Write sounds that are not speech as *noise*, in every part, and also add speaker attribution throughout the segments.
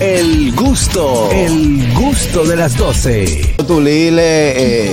Speaker 1: El gusto, el gusto de las 12.
Speaker 2: Tu lile, eh,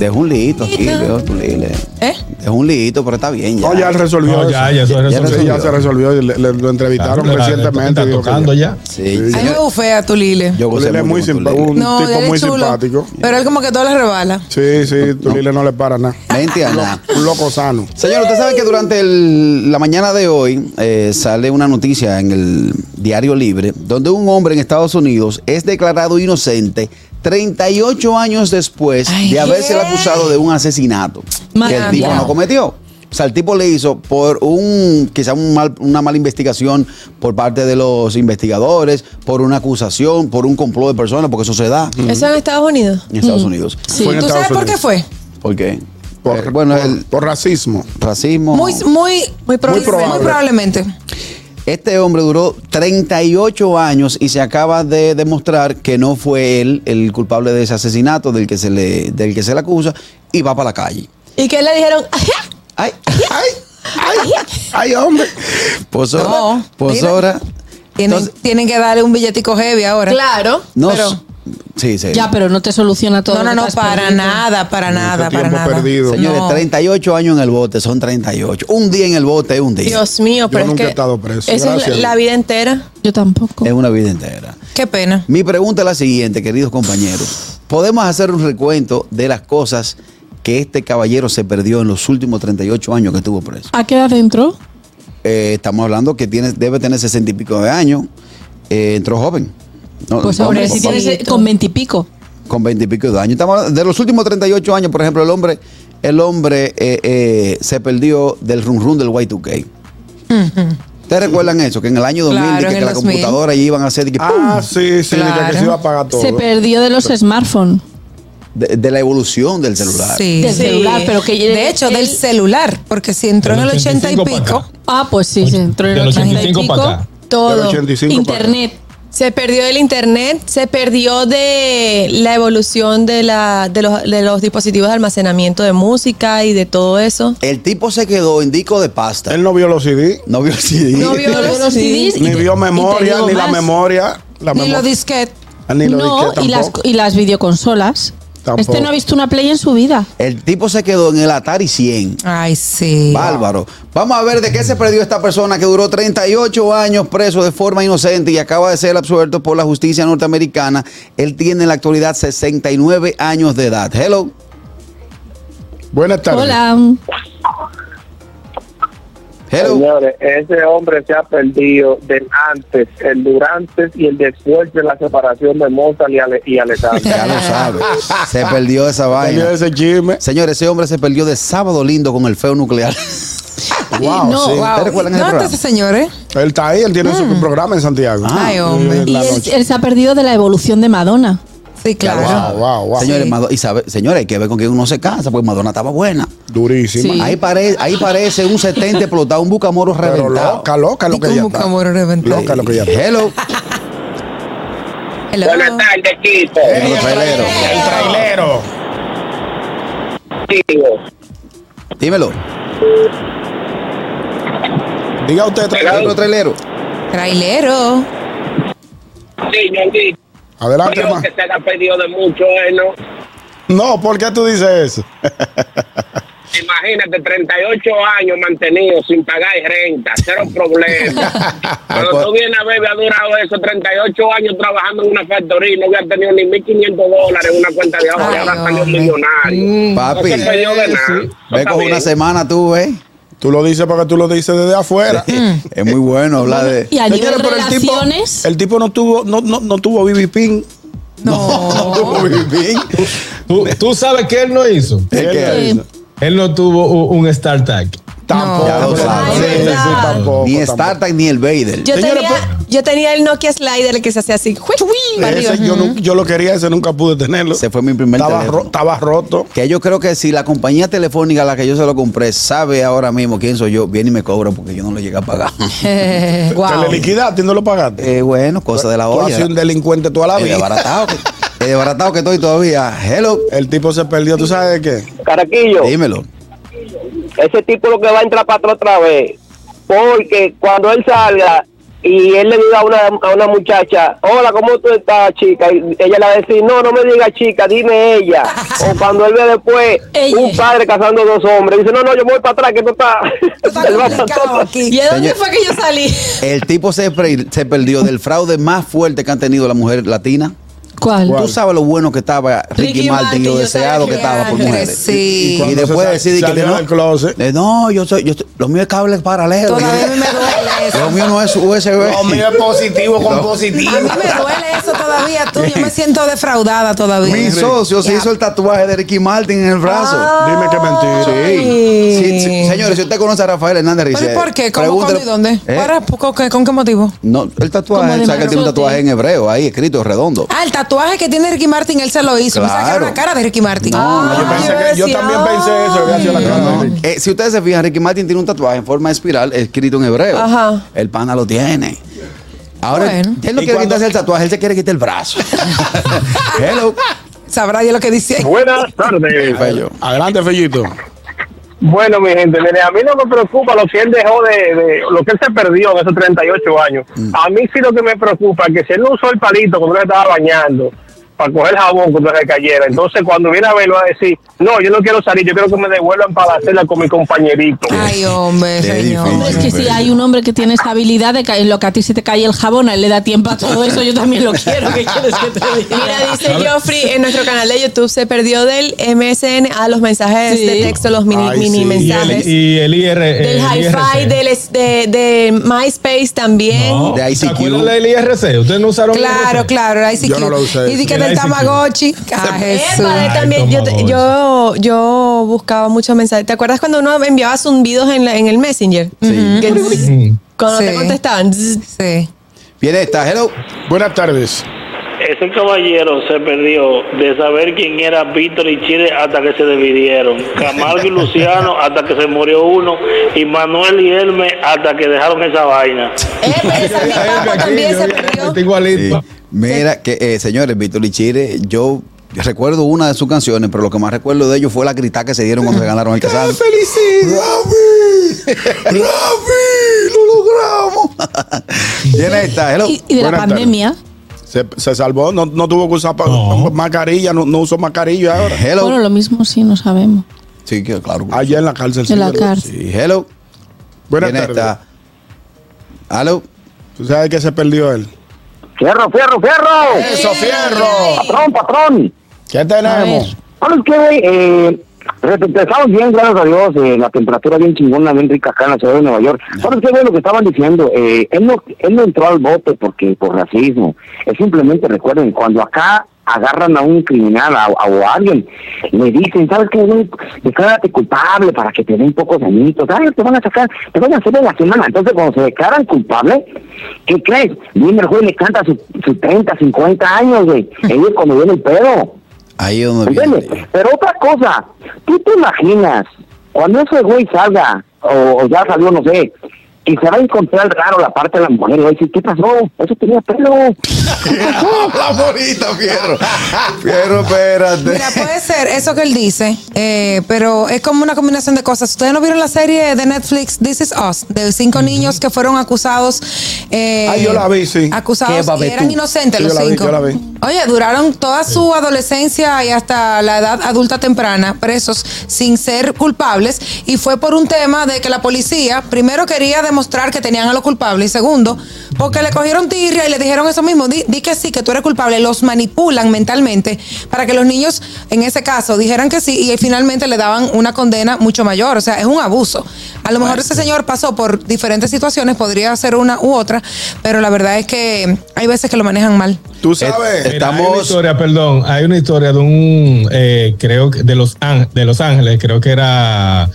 Speaker 2: deja un liguito aquí, veo tu lile.
Speaker 3: ¿Eh?
Speaker 2: Deja un liguito, pero está bien ya.
Speaker 4: No, ya él resolvió.
Speaker 5: No, ya, ya, eso
Speaker 4: eso.
Speaker 5: es
Speaker 2: Ya
Speaker 4: Sí,
Speaker 5: resolvido.
Speaker 4: ya se resolvió y le- le- lo entrevistaron
Speaker 5: Claro, la-
Speaker 4: recientemente.
Speaker 5: Está
Speaker 4: digo que
Speaker 5: tocando ya.
Speaker 2: Sí,
Speaker 3: A mí me
Speaker 2: señor.
Speaker 3: bufea tu Lile.
Speaker 2: Yo gocé
Speaker 4: Tulile es
Speaker 2: mucho
Speaker 4: muy
Speaker 2: con
Speaker 4: simpa-
Speaker 2: Tulile.
Speaker 4: un
Speaker 3: no,
Speaker 4: tipo
Speaker 3: él es
Speaker 4: muy
Speaker 3: chulo,
Speaker 4: simpático.
Speaker 3: Pero él como que todo le rebala.
Speaker 4: Sí, sí, Tulile no le para nada.
Speaker 2: Mente a nada.
Speaker 4: Un loco sano.
Speaker 2: Señor, usted sabe que durante el- la mañana de hoy eh, sale una noticia en el Diario Libre donde un hombre en Estados Unidos es declarado inocente 38 años después
Speaker 3: Ay,
Speaker 2: pues,
Speaker 3: Ah,
Speaker 2: de haberse
Speaker 3: yeah.
Speaker 2: acusado de un asesinato que el
Speaker 3: Man,
Speaker 2: tipo
Speaker 6: Ah,
Speaker 3: wow.
Speaker 2: no cometió. O sea, el tipo le hizo por un quizá un mal- una mala investigación por parte de los investigadores, por una acusación, por un complot de personas, porque eso se da
Speaker 3: ¿Eso en Estados Unidos?
Speaker 2: en Estados Unidos.
Speaker 3: Sí.
Speaker 4: Fue en
Speaker 3: ¿Tú sabes
Speaker 4: Estados
Speaker 3: por qué
Speaker 4: Unidos.
Speaker 3: fue?
Speaker 2: ¿Por qué?
Speaker 4: Por,
Speaker 2: Eh, bueno,
Speaker 4: por-
Speaker 2: el
Speaker 4: por racismo.
Speaker 2: racismo.
Speaker 3: Muy, muy, muy, probable-
Speaker 4: probable.
Speaker 3: muy probablemente.
Speaker 2: Este hombre duró 38 años y se acaba de demostrar que no fue él el culpable de ese asesinato del que se le, del que se le acusa y va para la calle.
Speaker 3: ¿Y qué le dijeron?
Speaker 2: Ay,
Speaker 4: ¡Ay! ¡Ay! ¡Ay, hombre!
Speaker 2: posora,
Speaker 3: No,
Speaker 2: posora.
Speaker 3: Tienen,
Speaker 2: Entonces,
Speaker 3: tienen que darle un billetico heavy ahora.
Speaker 6: Claro.
Speaker 2: no,
Speaker 3: pero-
Speaker 2: sí, sí.
Speaker 6: Ya, pero no te soluciona todo.
Speaker 3: No,
Speaker 6: lo
Speaker 3: no,
Speaker 6: que
Speaker 3: no,
Speaker 6: estás
Speaker 3: para
Speaker 6: perdiendo.
Speaker 3: nada, para nada, para
Speaker 4: tiempo
Speaker 3: nada.
Speaker 4: perdido.
Speaker 2: Señores,
Speaker 3: No.
Speaker 2: 38 años en el bote, son 38. Un día en el bote es un día.
Speaker 7: Dios mío,
Speaker 4: Yo
Speaker 7: pero es
Speaker 4: nunca
Speaker 7: que
Speaker 4: he estado preso,
Speaker 7: Esa es
Speaker 4: gracias a
Speaker 7: la, la
Speaker 4: Dios. Eh,
Speaker 7: vida entera.
Speaker 6: Yo tampoco.
Speaker 2: Es una vida entera.
Speaker 3: Qué pena.
Speaker 2: Mi pregunta es la siguiente, queridos compañeros. ¿Podemos hacer un recuento de las cosas que este caballero se perdió en los últimos 38 años que estuvo preso?
Speaker 6: ¿A qué edad entró?
Speaker 2: Eh, estamos hablando que tiene, debe tener sesenta y pico de años. Eh, entró joven. No,
Speaker 6: Pues
Speaker 2: vamos-
Speaker 6: ahora si
Speaker 2: vamos-
Speaker 6: tienes con veintipico.
Speaker 2: con 20 y pico de años. Estamos hablando de los últimos 38 años, por ejemplo, el hombre, el hombre eh, eh, se perdió del run run del Y2K. ¿Ustedes recuerdan eso? Que en el año 2000
Speaker 3: Claro,
Speaker 2: dije
Speaker 3: en
Speaker 2: que
Speaker 3: el
Speaker 2: la
Speaker 3: 2000.
Speaker 2: computadora allí iban a hacer de, que, ¡pum!
Speaker 4: Ah, sí, sí,
Speaker 3: Claro.
Speaker 4: dije que se iba a pagar todo.
Speaker 6: Se perdió de los smartphones.
Speaker 2: de- de la evolución del celular.
Speaker 3: Sí.
Speaker 6: Del
Speaker 3: Sí.
Speaker 6: celular, pero que-
Speaker 3: De hecho, del
Speaker 6: él-
Speaker 3: celular, porque si entró en el 80 y
Speaker 5: 85 para
Speaker 3: pico.
Speaker 5: acá.
Speaker 6: Ah, pues sí, se entró en
Speaker 5: Del
Speaker 6: el
Speaker 5: 85
Speaker 6: 85
Speaker 5: para acá.
Speaker 6: Todo.
Speaker 4: 85 para acá.
Speaker 6: Internet.
Speaker 7: Se perdió del internet, se perdió de la evolución de, la, de, los, de los dispositivos de almacenamiento de música y de todo eso.
Speaker 2: El tipo se quedó en disco de pasta.
Speaker 4: Él no vio los CD,
Speaker 2: no vio el CD.
Speaker 7: No vio
Speaker 6: No vio los
Speaker 7: Sí.
Speaker 6: CDs y
Speaker 4: ni
Speaker 6: te-
Speaker 4: vio
Speaker 6: y te
Speaker 4: memoria,
Speaker 6: digo
Speaker 4: ni la
Speaker 6: más.
Speaker 4: memoria. La
Speaker 3: Ni lo
Speaker 4: memoria. Ah,
Speaker 3: disquet.
Speaker 4: Ni lo
Speaker 6: no,
Speaker 4: disqué
Speaker 6: y las,
Speaker 4: tampoco.
Speaker 6: y las videoconsolas.
Speaker 4: Tampoco.
Speaker 6: Este no ha visto una play en su vida.
Speaker 2: El tipo se quedó en el Atari 100.
Speaker 3: Ay, sí.
Speaker 2: Bárbaro. Vamos a ver de qué se perdió esta persona que duró 38 años preso de forma inocente y acaba de ser absuelto por la justicia norteamericana. Él tiene en la actualidad 69 años de edad. Hello.
Speaker 4: Buenas tardes.
Speaker 6: Hola.
Speaker 2: Hello.
Speaker 8: Señores, ese hombre se ha perdido del antes, el durante y el después de la separación de Mozart y, Ale-
Speaker 2: *laughs*
Speaker 8: y Alessandro.
Speaker 2: Ya lo sabe. Se perdió esa
Speaker 4: Perdió
Speaker 2: vaina.
Speaker 4: ese chisme.
Speaker 2: Señor, ese hombre se perdió de sábado lindo con el
Speaker 6: *laughs*
Speaker 2: feo nuclear.
Speaker 4: Wow,
Speaker 6: no,
Speaker 4: sí.
Speaker 6: wow.
Speaker 2: ¿Te recuerdan ese
Speaker 3: ¿Dónde está
Speaker 2: programa?
Speaker 3: ese señor, eh?
Speaker 4: Él está ahí, él tiene su programa en Santiago.
Speaker 3: Ay, hombre.
Speaker 4: En
Speaker 6: Y
Speaker 4: la
Speaker 6: él,
Speaker 4: noche.
Speaker 6: él se ha perdido de la evolución de Madonna.
Speaker 3: Sí, claro.
Speaker 4: Wow, wow, wow.
Speaker 2: Señores,
Speaker 3: Sí.
Speaker 2: Mado- y sabe- señores, hay que ver con quién uno se casa, pues Madonna estaba buena.
Speaker 4: Durísima.
Speaker 6: Sí.
Speaker 2: Ahí, pare- ahí parece un 70 explotado, un bucamoro
Speaker 4: Pero
Speaker 2: reventado.
Speaker 4: loca, loca lo que
Speaker 3: Y
Speaker 4: ella
Speaker 3: como
Speaker 4: está.
Speaker 3: Camoro reventado.
Speaker 4: Loca lo que ella está.
Speaker 2: Hello.
Speaker 3: Hello.
Speaker 8: Buenas tardes, chicos.
Speaker 2: El trailero.
Speaker 4: El trailero.
Speaker 8: Chicos,
Speaker 2: Dímelo.
Speaker 4: Diga usted, trailero.
Speaker 2: Dímelo, trailero.
Speaker 3: Trailero.
Speaker 8: Sí, ñonguito,
Speaker 4: Adelante,
Speaker 8: creo
Speaker 4: hermano.
Speaker 8: que se le ha perdido de mucho, ¿eh? ¿no?
Speaker 4: No, ¿por qué tú dices eso?
Speaker 8: Imagínate, 38 años mantenido sin pagar renta,
Speaker 2: *laughs*
Speaker 8: cero problema.
Speaker 2: Pues
Speaker 8: Cuando tú vienes a ver, me ha durado eso, 38 años trabajando en una factoría y no había tenido ni 1.500 dólares en una cuenta de ahorro, y
Speaker 3: Ay,
Speaker 8: ahora salió
Speaker 3: hombre.
Speaker 8: millonario.
Speaker 2: Mm, Papi,
Speaker 8: No se perdió de nada. Eso
Speaker 2: ve
Speaker 8: está
Speaker 2: con una
Speaker 8: bien.
Speaker 2: semana tú, ¿eh?
Speaker 4: Tú lo dices porque tú lo dices desde afuera.
Speaker 2: Es muy bueno hablar de...
Speaker 6: Y a nivel
Speaker 4: Señores, pero el tipo-
Speaker 6: relaciones.
Speaker 4: El tipo no tuvo, no, no, no tuvo BB Pin.
Speaker 3: No.
Speaker 5: ¿Tú, tú sabes qué él no hizo.
Speaker 2: Es que-
Speaker 6: eh,
Speaker 5: Él no tuvo u- un, Star Tag.
Speaker 4: Tampoco.
Speaker 2: Ya lo sabe.
Speaker 4: Sí, sí,
Speaker 7: Ay, verdad.
Speaker 4: tampoco.
Speaker 2: Ni
Speaker 4: tampoco.
Speaker 2: StarTag ni el Vader.
Speaker 7: Yo,
Speaker 4: Señora,
Speaker 7: tenía,
Speaker 4: pues-
Speaker 7: yo tenía el Nokia Slider que se hacía así. *laughs* ¡Jui! para arriba.
Speaker 4: Ese, yo, nu- yo lo quería, ese nunca pude tenerlo.
Speaker 2: Ese fue mi primer
Speaker 4: estaba,
Speaker 2: teléfono.
Speaker 4: ro- estaba roto.
Speaker 2: Que yo creo que si la compañía telefónica a la que yo se lo compré sabe ahora mismo quién soy yo, viene y me cobra porque yo no lo llegué a pagar.
Speaker 7: *laughs*
Speaker 4: Te
Speaker 3: wow.
Speaker 4: le liquidaste y no lo pagaste.
Speaker 2: Eh, bueno, cosa de la
Speaker 4: Tú has
Speaker 2: olla.
Speaker 4: sido un delincuente toda la
Speaker 2: El
Speaker 4: vida.
Speaker 2: desbaratado, que- el desbaratado que estoy todavía. Hello.
Speaker 4: El tipo se perdió, ¿tú sabes de qué?
Speaker 8: Caraquillo,
Speaker 2: Dímelo.
Speaker 8: ese tipo lo que va a entrar para atrás otra vez. Porque cuando él salga, y él le diga a una, a una muchacha, hola, ¿cómo tú estás, chica? Y ella le va a decir, no, no me diga chica, dime *laughs* ella. O cuando él ve después
Speaker 7: Ella.
Speaker 8: un padre casando dos hombres, dice, no, no, yo voy para atrás, que tú estás...
Speaker 3: Esto
Speaker 8: *laughs*
Speaker 3: está
Speaker 8: él va para
Speaker 3: complicado
Speaker 8: atrás.
Speaker 3: aquí.
Speaker 7: ¿Y a dónde
Speaker 2: Señor-
Speaker 7: fue que yo salí?
Speaker 2: El tipo se, pre- se perdió del fraude más fuerte que han tenido la mujer latina.
Speaker 6: ¿Cuál?
Speaker 2: Tú sabes lo bueno que estaba Ricky,
Speaker 7: Ricky
Speaker 2: Martin,
Speaker 7: Martin,
Speaker 2: y lo
Speaker 7: yo
Speaker 2: deseado
Speaker 7: sabía
Speaker 2: que estaba por
Speaker 3: que-
Speaker 2: mujeres.
Speaker 3: Sí.
Speaker 2: Y,
Speaker 4: cuando se
Speaker 2: después
Speaker 4: sa-
Speaker 2: decide que
Speaker 4: salió
Speaker 2: no,
Speaker 4: del closet.
Speaker 2: eh, no, yo soy, yo estoy- lo mío es cable paralelo.
Speaker 3: Todavía me duele eso.
Speaker 2: Lo mío no es USB.
Speaker 9: Lo mío es positivo con positivo.
Speaker 3: A mí me duele eso todavía, tú. Yo me siento defraudada todavía.
Speaker 2: Mi socio se
Speaker 3: Ya. Ah.
Speaker 2: hizo el tatuaje de Ricky Martin en el brazo.
Speaker 4: Dime que mentira.
Speaker 2: Sí, sí, señores, si usted conoce a Rafael Hernández
Speaker 3: ¿Pero
Speaker 2: Rizel,
Speaker 3: y por qué? ¿Cómo, cuándo
Speaker 2: pregúntele-
Speaker 3: y dónde?
Speaker 2: Eh,
Speaker 3: ¿Para? ¿Con, qué, con qué motivo?
Speaker 2: No, el
Speaker 6: Como
Speaker 2: tatuaje,
Speaker 6: de
Speaker 2: o sea, que él tiene un
Speaker 6: Marote.
Speaker 2: tatuaje en hebreo ahí, escrito, redondo.
Speaker 3: Ah, el tatuaje que tiene Ricky Martin, él se lo hizo. Me sacaron
Speaker 2: Claro.
Speaker 3: la cara de Ricky Martin.
Speaker 4: Yo,
Speaker 7: Ay,
Speaker 4: pensé
Speaker 7: yo
Speaker 4: que- yo
Speaker 7: decía,
Speaker 4: también pensé eso, gracias a la cara. de Ricky.
Speaker 2: Eh, si ustedes se fijan, Ricky Martin tiene un tatuaje en forma de espiral escrito en hebreo.
Speaker 7: Ajá.
Speaker 2: El pana lo tiene. Ahora,
Speaker 3: Bueno.
Speaker 2: él no
Speaker 4: ¿Y
Speaker 2: quiere
Speaker 4: cuando-
Speaker 2: quitarse el tatuaje, él se quiere quitar
Speaker 4: *laughs*
Speaker 2: el brazo. Hello.
Speaker 3: Sabrá Dios lo que dice.
Speaker 8: Buenas tardes.
Speaker 2: Fello.
Speaker 4: Adelante, Fellito.
Speaker 8: Bueno, mi gente, mire, a mí no me preocupa lo que él dejó de, de- lo que él se perdió en esos 38 años. A mí sí lo que me preocupa es que si él no usó el palito cuando él estaba bañando para coger jabón cuando se cayera, entonces cuando viene a verlo va a decir, no, yo no quiero salir, yo quiero que me devuelvan para la cena con mi compañerito.
Speaker 3: Ay, hombre,
Speaker 2: Qué
Speaker 3: señor.
Speaker 2: difícil.
Speaker 6: Es que si hay un hombre que tiene esta habilidad de que en lo que a ti se te cae el jabón, a él le da tiempo a todo eso, yo también lo quiero. ¿Qué quieres que te diga?
Speaker 7: Mira, dice Joffrey en nuestro canal de YouTube se perdió del MSN a los mensajes
Speaker 6: Sí.
Speaker 7: de texto, los mini,
Speaker 4: Ay,
Speaker 7: mini
Speaker 4: sí.
Speaker 5: Y el,
Speaker 7: mensajes.
Speaker 5: y el IR.
Speaker 7: del
Speaker 5: el
Speaker 7: hi-fi,
Speaker 5: IRC.
Speaker 7: del, es- de, de MySpace también.
Speaker 5: No,
Speaker 2: de
Speaker 5: ¿se
Speaker 2: ICQ.
Speaker 5: acuerdan del IRC? ¿ustedes no usaron
Speaker 3: Claro,
Speaker 5: IRC?
Speaker 3: claro, el ICQ.
Speaker 4: Yo no lo usé.
Speaker 3: Y di que
Speaker 5: El
Speaker 3: del
Speaker 5: ICQ.
Speaker 3: Tamagotchi. Ah, Jesús.
Speaker 7: Epa, de
Speaker 5: Ay,
Speaker 7: también, yo,
Speaker 5: Tamagotchi.
Speaker 7: yo, yo buscaba muchos mensajes. ¿Te acuerdas cuando uno enviaba zumbidos en, la- en el Messenger? Que zzz,
Speaker 5: Mm.
Speaker 7: cuando
Speaker 3: Sí.
Speaker 7: te contestaban. zzz. Eh,
Speaker 3: Sí.
Speaker 2: Viene esta, hello.
Speaker 4: Buenas tardes.
Speaker 10: Ese caballero se perdió de saber quién era Víctor y Chile hasta que se dividieron. Camargo y Luciano hasta que se murió uno. Y Manuel y Hermes hasta que dejaron esa vaina.
Speaker 7: Epa,
Speaker 4: *laughs*
Speaker 7: de Sandy Papo
Speaker 5: Aquí,
Speaker 7: también
Speaker 5: yo
Speaker 7: se
Speaker 5: vi-
Speaker 7: perdió.
Speaker 5: está igualito.
Speaker 2: Mira, que eh, señores, Víctor Lichire, yo recuerdo una de sus canciones, pero lo que más recuerdo de ellos fue la grita que se dieron cuando
Speaker 4: *laughs*
Speaker 2: se ganaron el casado.
Speaker 4: ¡Felicidades!
Speaker 2: *laughs* ¡Rafi! ¡Lo logramos! Viene esta, hello.
Speaker 6: Y, y de la
Speaker 4: Buenas tardes.
Speaker 6: pandemia.
Speaker 4: Se, se salvó, no, no tuvo que usar pa-
Speaker 5: No.
Speaker 4: mascarilla, no, no usó mascarilla
Speaker 2: *laughs*
Speaker 4: ahora.
Speaker 2: Hello.
Speaker 6: Bueno, lo mismo sí, no sabemos.
Speaker 2: sí, que- claro.
Speaker 4: Allá en la cárcel. sí,
Speaker 6: En la
Speaker 4: ¿verdad?
Speaker 6: cárcel.
Speaker 2: Sí, hello.
Speaker 4: Buenas
Speaker 2: Viene
Speaker 4: tardes.
Speaker 2: esta. Hello.
Speaker 4: ¿Tú sabes que se perdió él?
Speaker 8: ¡Fierro, fierro, fierro!
Speaker 2: Eh,
Speaker 4: ¡Eso, fierro!
Speaker 8: ¡Patrón, patrón!
Speaker 4: ¿Qué tenemos?
Speaker 8: ¿Sabes qué, güey? Eh, empezamos bien, gracias a Dios, eh, la temperatura bien chingona, bien rica acá en la ciudad de Nueva York. ¿Sabes qué, güey? Lo que estaban diciendo, eh, él, no, él no entró al bote porque por racismo. Es simplemente, recuerden, cuando acá agarran a un criminal a- a- o a alguien, le dicen, ¿sabes qué, güey? Declárate culpable para que te den pocos añitos. Ay, te van a sacar, te van a hacer de la semana. Entonces, cuando se declaran culpables, ¿qué crees? Dime, el juez le canta sus su 30, 50 años, güey. Ellos cuando viene el pedo.
Speaker 2: Ahí es donde viene.
Speaker 8: ¿Entiendes? Pero otra cosa, ¿tú te imaginas cuando ese güey salga, o, o ya salió, no sé, y se va a encontrar raro la parte de la mujer y va a decir, ¿qué pasó? Eso tenía pelo.
Speaker 2: la bonita, Fierro. Fierro, espérate.
Speaker 3: Mira, puede ser eso que él dice, eh, pero es como una combinación de cosas. Ustedes no vieron la serie de Netflix This Is Us, de cinco niños que fueron acusados. eh,
Speaker 4: Ah, yo la vi, sí.
Speaker 2: Qué
Speaker 3: Acusados y
Speaker 2: babetú.
Speaker 3: eran inocentes
Speaker 4: Sí,
Speaker 3: los
Speaker 4: yo la vi,
Speaker 3: cinco.
Speaker 4: yo la vi.
Speaker 3: Oye, duraron toda su adolescencia y hasta la edad adulta temprana presos sin ser culpables y fue por un tema de que la policía primero quería demostrar que tenían a los culpables y segundo, porque le cogieron tirria y le dijeron eso mismo, di, di que sí, que tú eres culpable, los manipulan mentalmente para que los niños en ese caso dijeran que sí y finalmente le daban una condena mucho mayor, o sea, es un abuso. A lo mejor ese señor pasó por diferentes situaciones, podría ser una u otra, pero la verdad es que hay veces que lo manejan mal.
Speaker 4: ¿Tú sabes?
Speaker 2: eh,
Speaker 5: Mira, hay
Speaker 2: Estamos-
Speaker 5: una historia, perdón, hay una historia de un, eh, creo que de los, Ang- de los Ángeles, creo que era,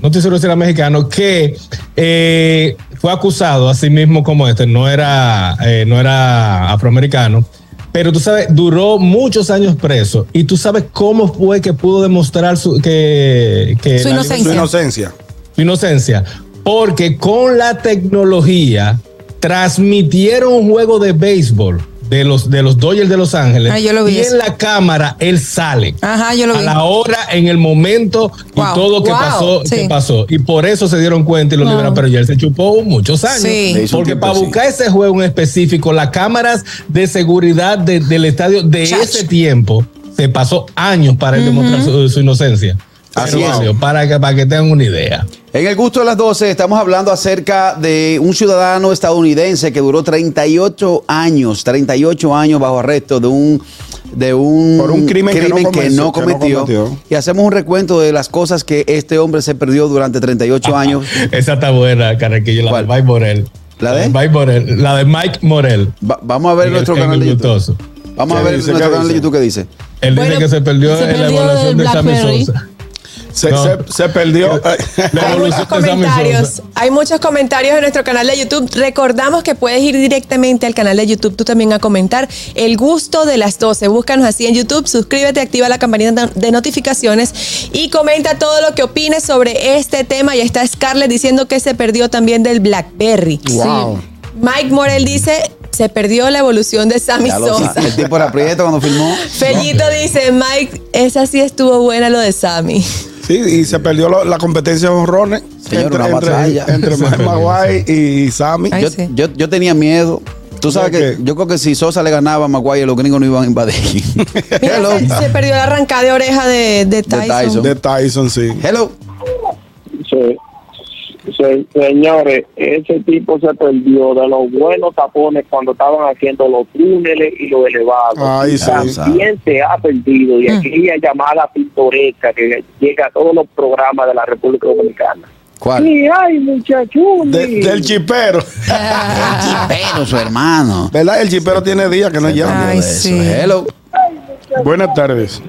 Speaker 5: no estoy seguro si era mexicano, que eh, fue acusado así mismo como este, no era, eh, no era afroamericano, pero tú sabes, duró muchos años preso y tú sabes cómo fue que pudo demostrar su, que, que
Speaker 3: Su
Speaker 5: la
Speaker 3: inocencia.
Speaker 4: Su inocencia.
Speaker 5: su inocencia, porque con la tecnología transmitieron un juego de béisbol de los, de los Dodgers de Los Ángeles.
Speaker 3: Ah, yo lo vi
Speaker 5: y
Speaker 3: eso.
Speaker 5: en la cámara él sale.
Speaker 3: Ajá, yo lo
Speaker 5: A
Speaker 3: vi.
Speaker 5: la hora, en el momento
Speaker 3: Wow,
Speaker 5: y todo que
Speaker 3: wow,
Speaker 5: pasó,
Speaker 3: sí.
Speaker 5: que pasó. Y por eso se dieron cuenta y lo
Speaker 3: Wow.
Speaker 5: liberaron. Pero ya él se chupó muchos años.
Speaker 3: Sí.
Speaker 2: Le hizo un
Speaker 5: Porque
Speaker 2: tiempo,
Speaker 5: para
Speaker 2: sí.
Speaker 5: buscar ese juego en específico, las cámaras de seguridad de- del estadio de
Speaker 3: Chacho.
Speaker 5: ese tiempo se pasó años para él demostrar su, su inocencia.
Speaker 2: Así
Speaker 5: Pero,
Speaker 2: es.
Speaker 5: Mario, Para que, para que tengan una idea.
Speaker 2: En el gusto de las 12 estamos hablando acerca de un ciudadano estadounidense que duró 38 años, 38 años bajo arresto de un de un,
Speaker 4: Por un crimen que no comenzó- que no
Speaker 2: cometió.
Speaker 4: cometió.
Speaker 2: Y hacemos un recuento de las cosas que este hombre se perdió durante 38 años.
Speaker 5: Esa está buena, Carraquillo, la
Speaker 2: ¿Cuál?
Speaker 5: de Mike Morel.
Speaker 2: ¿La de?
Speaker 5: Mike Morel. La de Mike Morel.
Speaker 2: Va- vamos a ver
Speaker 5: En el-
Speaker 2: nuestro
Speaker 5: en
Speaker 2: canal
Speaker 5: el
Speaker 2: de YouTube.
Speaker 5: gustoso.
Speaker 2: Vamos a
Speaker 4: ¿Qué
Speaker 2: ver
Speaker 4: dice?
Speaker 2: nuestro
Speaker 4: ¿Qué
Speaker 2: canal de
Speaker 4: dice?
Speaker 2: YouTube que dice.
Speaker 5: Él
Speaker 6: Bueno,
Speaker 5: dice que se perdió
Speaker 6: se
Speaker 5: en la
Speaker 6: perdió
Speaker 5: evaluación de
Speaker 6: del
Speaker 5: Sammy
Speaker 6: Blackberry.
Speaker 5: Sosa.
Speaker 4: Se,
Speaker 5: No. Eh.
Speaker 4: se- se perdió. eh,
Speaker 5: La
Speaker 7: Hay muchos
Speaker 5: evolución de Sammy
Speaker 7: comentarios.
Speaker 5: Sosa.
Speaker 7: Hay muchos comentarios en nuestro canal de YouTube. Recordamos que puedes ir directamente al canal de YouTube tú también a comentar. El gusto de las 12. Búscanos así en YouTube, suscríbete, activa la campanita de notificaciones y comenta todo lo que opines sobre este tema. Y está Scarlett diciendo que se perdió también del Blackberry.
Speaker 4: Wow.
Speaker 7: Mike Morel dice, se perdió la evolución de Sammy
Speaker 2: Ya lo
Speaker 7: Sosa.
Speaker 2: sabe. el tipo era prieto cuando filmó.
Speaker 7: *laughs* Fellito dice, Mike, esa sí estuvo buena lo de Sammy.
Speaker 4: Sí, y se perdió lo- la competencia de honrones
Speaker 2: Señor, una batalla.
Speaker 4: entre, entre
Speaker 5: Se
Speaker 4: Mike
Speaker 5: perdió,
Speaker 4: Maguire y Sammy.
Speaker 3: Ay,
Speaker 2: Yo,
Speaker 3: sí.
Speaker 2: yo, yo tenía miedo. Tú sabes
Speaker 4: ¿De
Speaker 2: que
Speaker 4: qué?
Speaker 2: yo creo que si Sosa le ganaba a Maguire, los gringos no iban a invadir. *laughs*
Speaker 7: Mira,
Speaker 2: Hello.
Speaker 7: se, se perdió la arrancada de oreja de, de Tyson.
Speaker 2: Tyson.
Speaker 4: De Tyson, sí.
Speaker 2: Hello.
Speaker 8: Sí. Sí, señores, ese tipo se perdió de los buenos tapones cuando estaban haciendo los túneles y los elevados.
Speaker 4: Ay,
Speaker 8: Y
Speaker 4: sí.
Speaker 8: También se ha perdido y aquella llamada pintoresca que llega a todos los programas de la República Dominicana.
Speaker 2: ¿Cuál?
Speaker 8: Y ay, muchachos.
Speaker 4: De- del
Speaker 3: *laughs*
Speaker 4: chipero.
Speaker 2: Pero su hermano.
Speaker 4: ¿Verdad? El chipero tiene días que no
Speaker 3: perdió.
Speaker 4: llega.
Speaker 3: Ay, sí.
Speaker 2: Hello.
Speaker 4: Buenas tardes.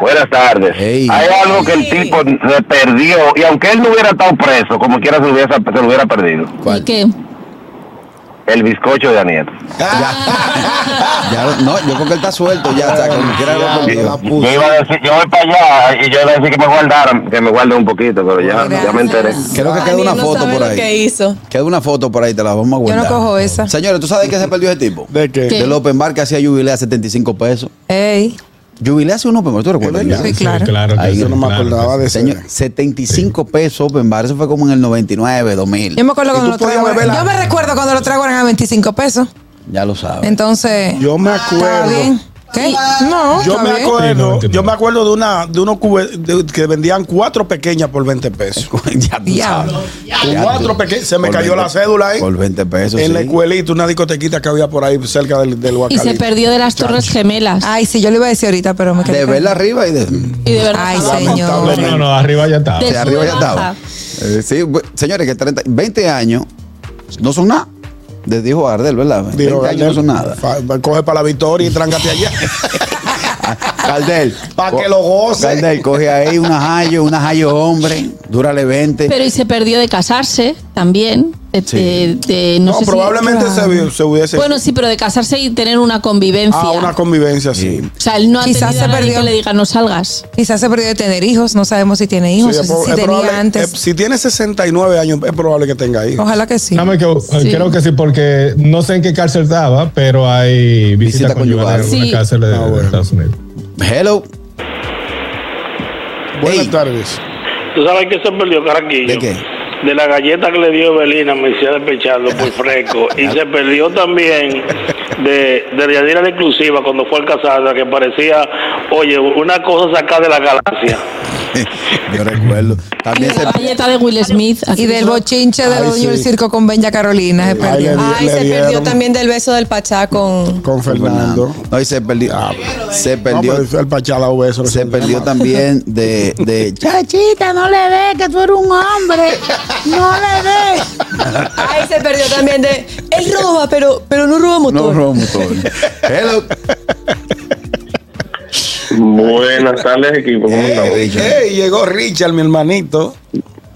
Speaker 10: Buenas tardes.
Speaker 2: Ey.
Speaker 10: Hay algo que el tipo se perdió y aunque él no hubiera estado preso, como quiera se, hubiese- se lo hubiera perdido.
Speaker 6: ¿Y qué?
Speaker 10: El bizcocho de Anieto.
Speaker 2: *laughs* Ya lo- no, yo creo que él está suelto ya. Está, como quiera lo
Speaker 4: la
Speaker 2: conmigo.
Speaker 10: Yo
Speaker 4: puse.
Speaker 10: iba a decir, yo voy para allá y yo iba a decir que me guardaran, que me guarden un poquito, pero ya, ya me enteré.
Speaker 2: Creo que queda
Speaker 7: Daniel
Speaker 2: una
Speaker 7: no
Speaker 2: foto
Speaker 7: sabe
Speaker 2: por
Speaker 7: lo que
Speaker 2: ahí.
Speaker 7: hizo.
Speaker 2: Queda una foto por ahí, te la vamos a
Speaker 3: Yo
Speaker 2: guardar.
Speaker 3: no cojo esa.
Speaker 2: Señores, ¿tú sabes qué se perdió ese tipo?
Speaker 4: ¿De qué?
Speaker 6: ¿Qué?
Speaker 2: Del open bar que hacía Jubilea a 75 pesos.
Speaker 3: Ey,
Speaker 2: Jubilea hace un open bar, ¿tú recuerdas?
Speaker 4: ¿Verdad?
Speaker 3: sí, claro.
Speaker 5: que
Speaker 2: Ahí
Speaker 5: sí,
Speaker 4: Yo no me
Speaker 5: claro que
Speaker 4: acordaba
Speaker 5: sí.
Speaker 4: de eso.
Speaker 2: Señor, 75 pesos open bar, eso fue como en el 99, 2000.
Speaker 3: Yo me acuerdo
Speaker 4: ¿Y
Speaker 3: cuando
Speaker 4: tú
Speaker 3: lo
Speaker 4: podías
Speaker 3: trago.
Speaker 4: beber la-
Speaker 3: Yo me recuerdo cuando lo trago eran a 25 pesos.
Speaker 2: Ya lo sabes.
Speaker 3: Entonces.
Speaker 4: Yo me
Speaker 3: ¿Está
Speaker 4: acuerdo.
Speaker 3: bien? ¿Qué? No,
Speaker 4: Yo
Speaker 3: está
Speaker 4: me
Speaker 3: bien.
Speaker 5: Sí, no,
Speaker 4: acuerdo,
Speaker 5: entiendo.
Speaker 4: yo me acuerdo de una, de unos cube- de- que vendían cuatro pequeñas por 20 pesos.
Speaker 2: *laughs* ya tú
Speaker 3: Diablo.
Speaker 2: sabes.
Speaker 4: Con
Speaker 2: Ya
Speaker 4: cuatro
Speaker 2: tú-
Speaker 4: pequeños. Se me
Speaker 2: por
Speaker 4: cayó la cédula ahí.
Speaker 2: Por 20 pesos.
Speaker 4: en la
Speaker 2: sí.
Speaker 4: escuelita, una discotequita que había por ahí cerca del, del
Speaker 6: Y se
Speaker 4: Guacalito.
Speaker 6: perdió de las Torres Gemelas.
Speaker 3: Ay, sí, yo lo iba a decir ahorita, pero me quedé.
Speaker 2: De verla arriba y de.
Speaker 6: Y de verdad.
Speaker 3: Ay,
Speaker 6: estaba-
Speaker 3: señor.
Speaker 5: No, no, no, arriba ya está.
Speaker 6: De-
Speaker 2: de arriba ya
Speaker 6: sube,
Speaker 2: estaba.
Speaker 6: baja.
Speaker 2: Eh, sí, bu- señores, que 30, 20 años no son nada. Les dijo Ardel, ¿verdad? 20
Speaker 4: Dijo,
Speaker 2: años no son nada.
Speaker 4: Gardel, fa- coge para la victoria y trángate allá.
Speaker 2: Gardel.
Speaker 4: *laughs* Pa'
Speaker 2: co-
Speaker 4: que lo goce.
Speaker 2: Gardel, coge ahí una hallo, una hallo hombre, dúrale 20.
Speaker 6: Pero y se perdió de casarse también. De,
Speaker 2: Sí.
Speaker 6: de- de- no
Speaker 4: no,
Speaker 6: sé si-
Speaker 4: probablemente se,
Speaker 3: claro.
Speaker 4: vi- se hubiese
Speaker 6: Bueno, sí, pero de casarse y tener una convivencia.
Speaker 4: a Ah, una convivencia así.
Speaker 6: o sea, él no ha
Speaker 3: Quizás
Speaker 6: Quizás
Speaker 3: se
Speaker 6: se
Speaker 3: perdió.
Speaker 6: que le diga no salgas.
Speaker 3: Quizás se perdió de tener hijos, no sabemos si tiene hijos,
Speaker 4: Sí,
Speaker 3: o
Speaker 4: es
Speaker 3: si,
Speaker 4: prob-
Speaker 3: si
Speaker 4: es
Speaker 3: tenía
Speaker 4: probable-
Speaker 3: antes.
Speaker 4: es- si tiene 69 años, es probable que tenga hijos.
Speaker 3: Ojalá que sí.
Speaker 5: Déjame que-
Speaker 6: Sí.
Speaker 5: Creo que sí, porque no sé en qué cárcel estaba, pero hay visita,
Speaker 2: Visita
Speaker 5: conyugal,
Speaker 2: conyugal.
Speaker 5: en
Speaker 6: Sí.
Speaker 5: una cárcel de,
Speaker 4: Ah, bueno.
Speaker 5: de Estados Unidos.
Speaker 2: Hello.
Speaker 4: Buenas
Speaker 2: Ey.
Speaker 4: tardes.
Speaker 10: ¿Tú sabes que se perdió, Caraquillo?
Speaker 2: ¿De qué?
Speaker 10: De la galleta que le dio Belina, me hacía despecharlo muy fresco. y se perdió también de, de Yadira la Exclusiva cuando fue al Casandra, que parecía, oye, una cosa sacada de la galaxia.
Speaker 2: Yo recuerdo.
Speaker 6: Y
Speaker 2: También
Speaker 6: de
Speaker 2: se.
Speaker 6: la galleta de Will Smith. aquí
Speaker 3: Y del
Speaker 6: no.
Speaker 3: bochinche de
Speaker 4: Ay,
Speaker 3: los
Speaker 4: sí.
Speaker 3: del circo con Benja Carolina se
Speaker 4: Ay,
Speaker 3: perdió.
Speaker 4: le-
Speaker 7: Ay,
Speaker 4: le
Speaker 7: se perdió
Speaker 4: dieron.
Speaker 7: también del beso del Pachá con.
Speaker 4: Con Fernando.
Speaker 2: No, y se perdió. Se perdió.
Speaker 4: No, pero el pachalao beso.
Speaker 2: Se perdió
Speaker 4: Mata.
Speaker 2: también de, *laughs* de Chachita, no le des que tú eres un hombre. No le des.
Speaker 7: *laughs* Ay, se perdió también de. Él roba, pero, pero no roba
Speaker 2: No
Speaker 7: motor.
Speaker 2: robo todo. Hello.
Speaker 10: Buenas tardes, equipo.
Speaker 2: ¿Cómo estamos?
Speaker 5: Eh,
Speaker 4: Ey, llegó Richard, mi hermanito.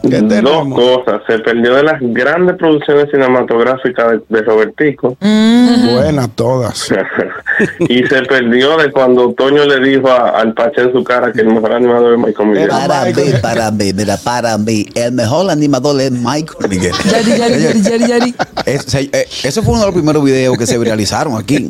Speaker 11: Dos cosas. Se perdió de las grandes producciones cinematográficas de, de Robertico.
Speaker 4: Buenas todas.
Speaker 11: *laughs* y se perdió de cuando Toño le dijo a- al Pache en su cara que el mejor animador es Michael Miguel.
Speaker 12: Para mí, para mí, mira, para mí. El mejor animador es Michael Miguel.
Speaker 3: Yari, yari, yari, yari, yari.
Speaker 2: Es- se- eh, ese fue uno de los primeros videos que se viralizaron aquí.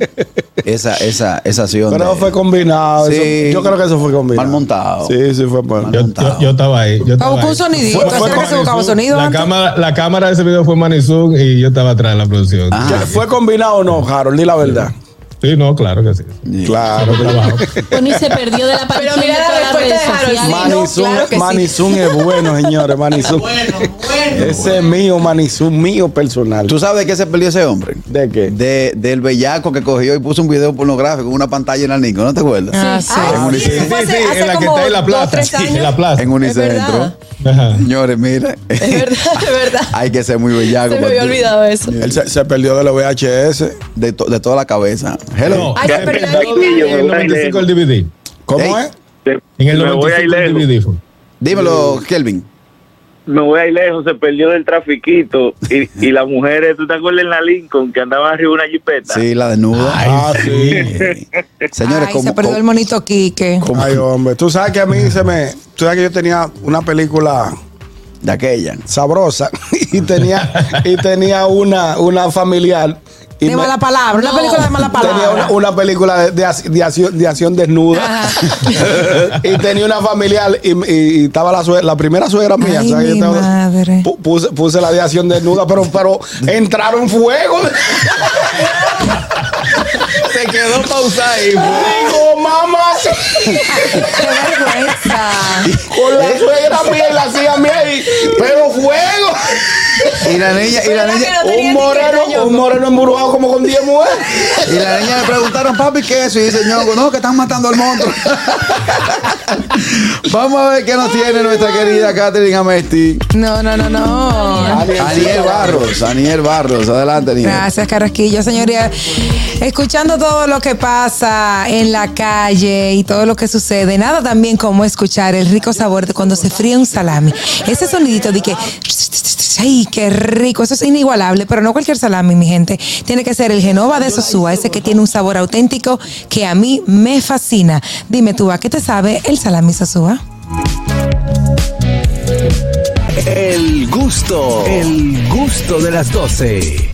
Speaker 2: Esa, esa, esa acción.
Speaker 4: Pero
Speaker 2: de-
Speaker 4: fue combinado. eso-
Speaker 2: Sí.
Speaker 4: yo creo que eso fue combinado.
Speaker 2: Mal montado.
Speaker 4: Sí, sí, fue mal.
Speaker 5: Yo, yo- yo estaba ahí. Yo estaba
Speaker 3: Buscó un
Speaker 5: ahí.
Speaker 3: sonidito.
Speaker 5: Fue-
Speaker 3: ¿Será
Speaker 5: fue
Speaker 3: que se buscaba
Speaker 5: Manizú.
Speaker 3: sonido
Speaker 5: La
Speaker 3: antes?
Speaker 5: cámara, la cámara de ese video fue Manizun y yo estaba atrás en la producción.
Speaker 4: Ya, ¿Fue combinado o no, Harold? Di la verdad.
Speaker 5: Sí, no, claro que sí.
Speaker 4: Claro.
Speaker 6: Bueno, y se perdió de la aparición
Speaker 7: *laughs* Pero mira
Speaker 6: de todas
Speaker 7: la
Speaker 6: las
Speaker 7: respuesta
Speaker 6: redes
Speaker 7: de Harold.
Speaker 6: sociales.
Speaker 4: Manizun,
Speaker 7: claro que sí.
Speaker 4: Manizun es bueno, señores. Manizun. Ese es mío, Manizun, mío personal.
Speaker 2: ¿Tú sabes de qué se perdió ese hombre?
Speaker 4: ¿De qué?
Speaker 2: De, del bellaco que cogió y puso un video pornográfico en una pantalla en la Nico, ¿no te acuerdas?
Speaker 3: Ah, sí.
Speaker 2: En
Speaker 7: Ah, sí, eso
Speaker 2: Unicentro.
Speaker 7: fue hace, hace
Speaker 5: en la que
Speaker 7: como
Speaker 5: está en la
Speaker 7: dos,
Speaker 5: plaza.
Speaker 7: tres
Speaker 5: sí,
Speaker 7: años.
Speaker 5: en la plaza.
Speaker 2: En Unicentro.
Speaker 7: verdad.
Speaker 5: Ajá.
Speaker 2: Señores, mira.
Speaker 7: Es verdad, es verdad.
Speaker 2: *laughs* Hay que ser muy
Speaker 7: Se
Speaker 2: bellaco.
Speaker 7: me
Speaker 2: para
Speaker 7: había
Speaker 2: tú-
Speaker 7: olvidado eso.
Speaker 4: Él se, se perdió de los VHS.
Speaker 2: De, to- de toda la cabeza. Hello.
Speaker 5: No.
Speaker 7: Ay, se perdió la
Speaker 11: Yo
Speaker 5: En
Speaker 11: me
Speaker 5: el
Speaker 11: voy a
Speaker 5: 95 el
Speaker 11: Ileno.
Speaker 5: DVD.
Speaker 4: ¿Cómo
Speaker 2: Ey.
Speaker 4: es?
Speaker 5: En el
Speaker 11: Me voy a
Speaker 5: 95 el
Speaker 11: Ileno.
Speaker 5: DVD fue.
Speaker 2: Dímelo, Kelvin.
Speaker 11: Me voy a ir lejos, se perdió del trafiquito y, y las mujeres, ¿tú te acuerdas en la Lincoln que andaban arriba de una jipeta?
Speaker 2: Sí, la desnuda.
Speaker 4: ah, sí.
Speaker 2: Señores,
Speaker 3: Ay,
Speaker 2: como-
Speaker 3: se perdió el
Speaker 2: como-
Speaker 3: monito Quique.
Speaker 4: Ay, hombre. Tú sabes que a mí se me. Tú sabes que yo tenía una película
Speaker 2: de aquella.
Speaker 4: sabrosa *laughs* y tenía, y tenía una, una familiar. Y
Speaker 3: De
Speaker 4: me-
Speaker 3: mala palabra. Una
Speaker 6: No.
Speaker 3: película de mala
Speaker 4: Tenía
Speaker 3: palabra.
Speaker 4: una, una película de, de, ac- de acción, de acción desnuda *laughs* y tenía una familiar y, y- y estaba la, sue- la primera suegra mía.
Speaker 3: Ay,
Speaker 4: ¿sabes? Yo
Speaker 3: mi
Speaker 4: estaba-
Speaker 3: madre.
Speaker 4: pu- Puse, puse la de acción desnuda, pero, pero entraron fuego.
Speaker 2: Se quedó pausada ahí.
Speaker 4: Digo, mamá,
Speaker 3: ¡Qué vergüenza!
Speaker 4: con la suegra mía y la hacía mía, y- pero fuego.
Speaker 2: Y la niña, y la niña,
Speaker 4: Un moreno, un moreno embrujado como con 10 mujeres.
Speaker 2: y la niña le preguntaron, papi, ¿qué es eso? Y dice, ñongo, no, que están matando al monstruo. *laughs* Vamos a ver qué nos tiene nuestra querida Catherine Amesti.
Speaker 3: No, no, no, no.
Speaker 2: Aniel Barros, Aniel Barros, adelante, Aniel.
Speaker 3: Gracias, Carrasquillo. Señoría, escuchando todo lo que pasa en la calle y todo lo que sucede, nada también como escuchar el rico sabor de cuando se fríe un salami. Ese sonidito de que. ¡Ay, qué rico! Eso es inigualable, pero no cualquier salami, mi gente. Tiene que ser el Genova de Sosúa, ese que tiene un sabor auténtico que a mí me fascina. Dime tú, ¿a qué te sabe el salami Sosúa?
Speaker 1: El gusto, el gusto de las 12.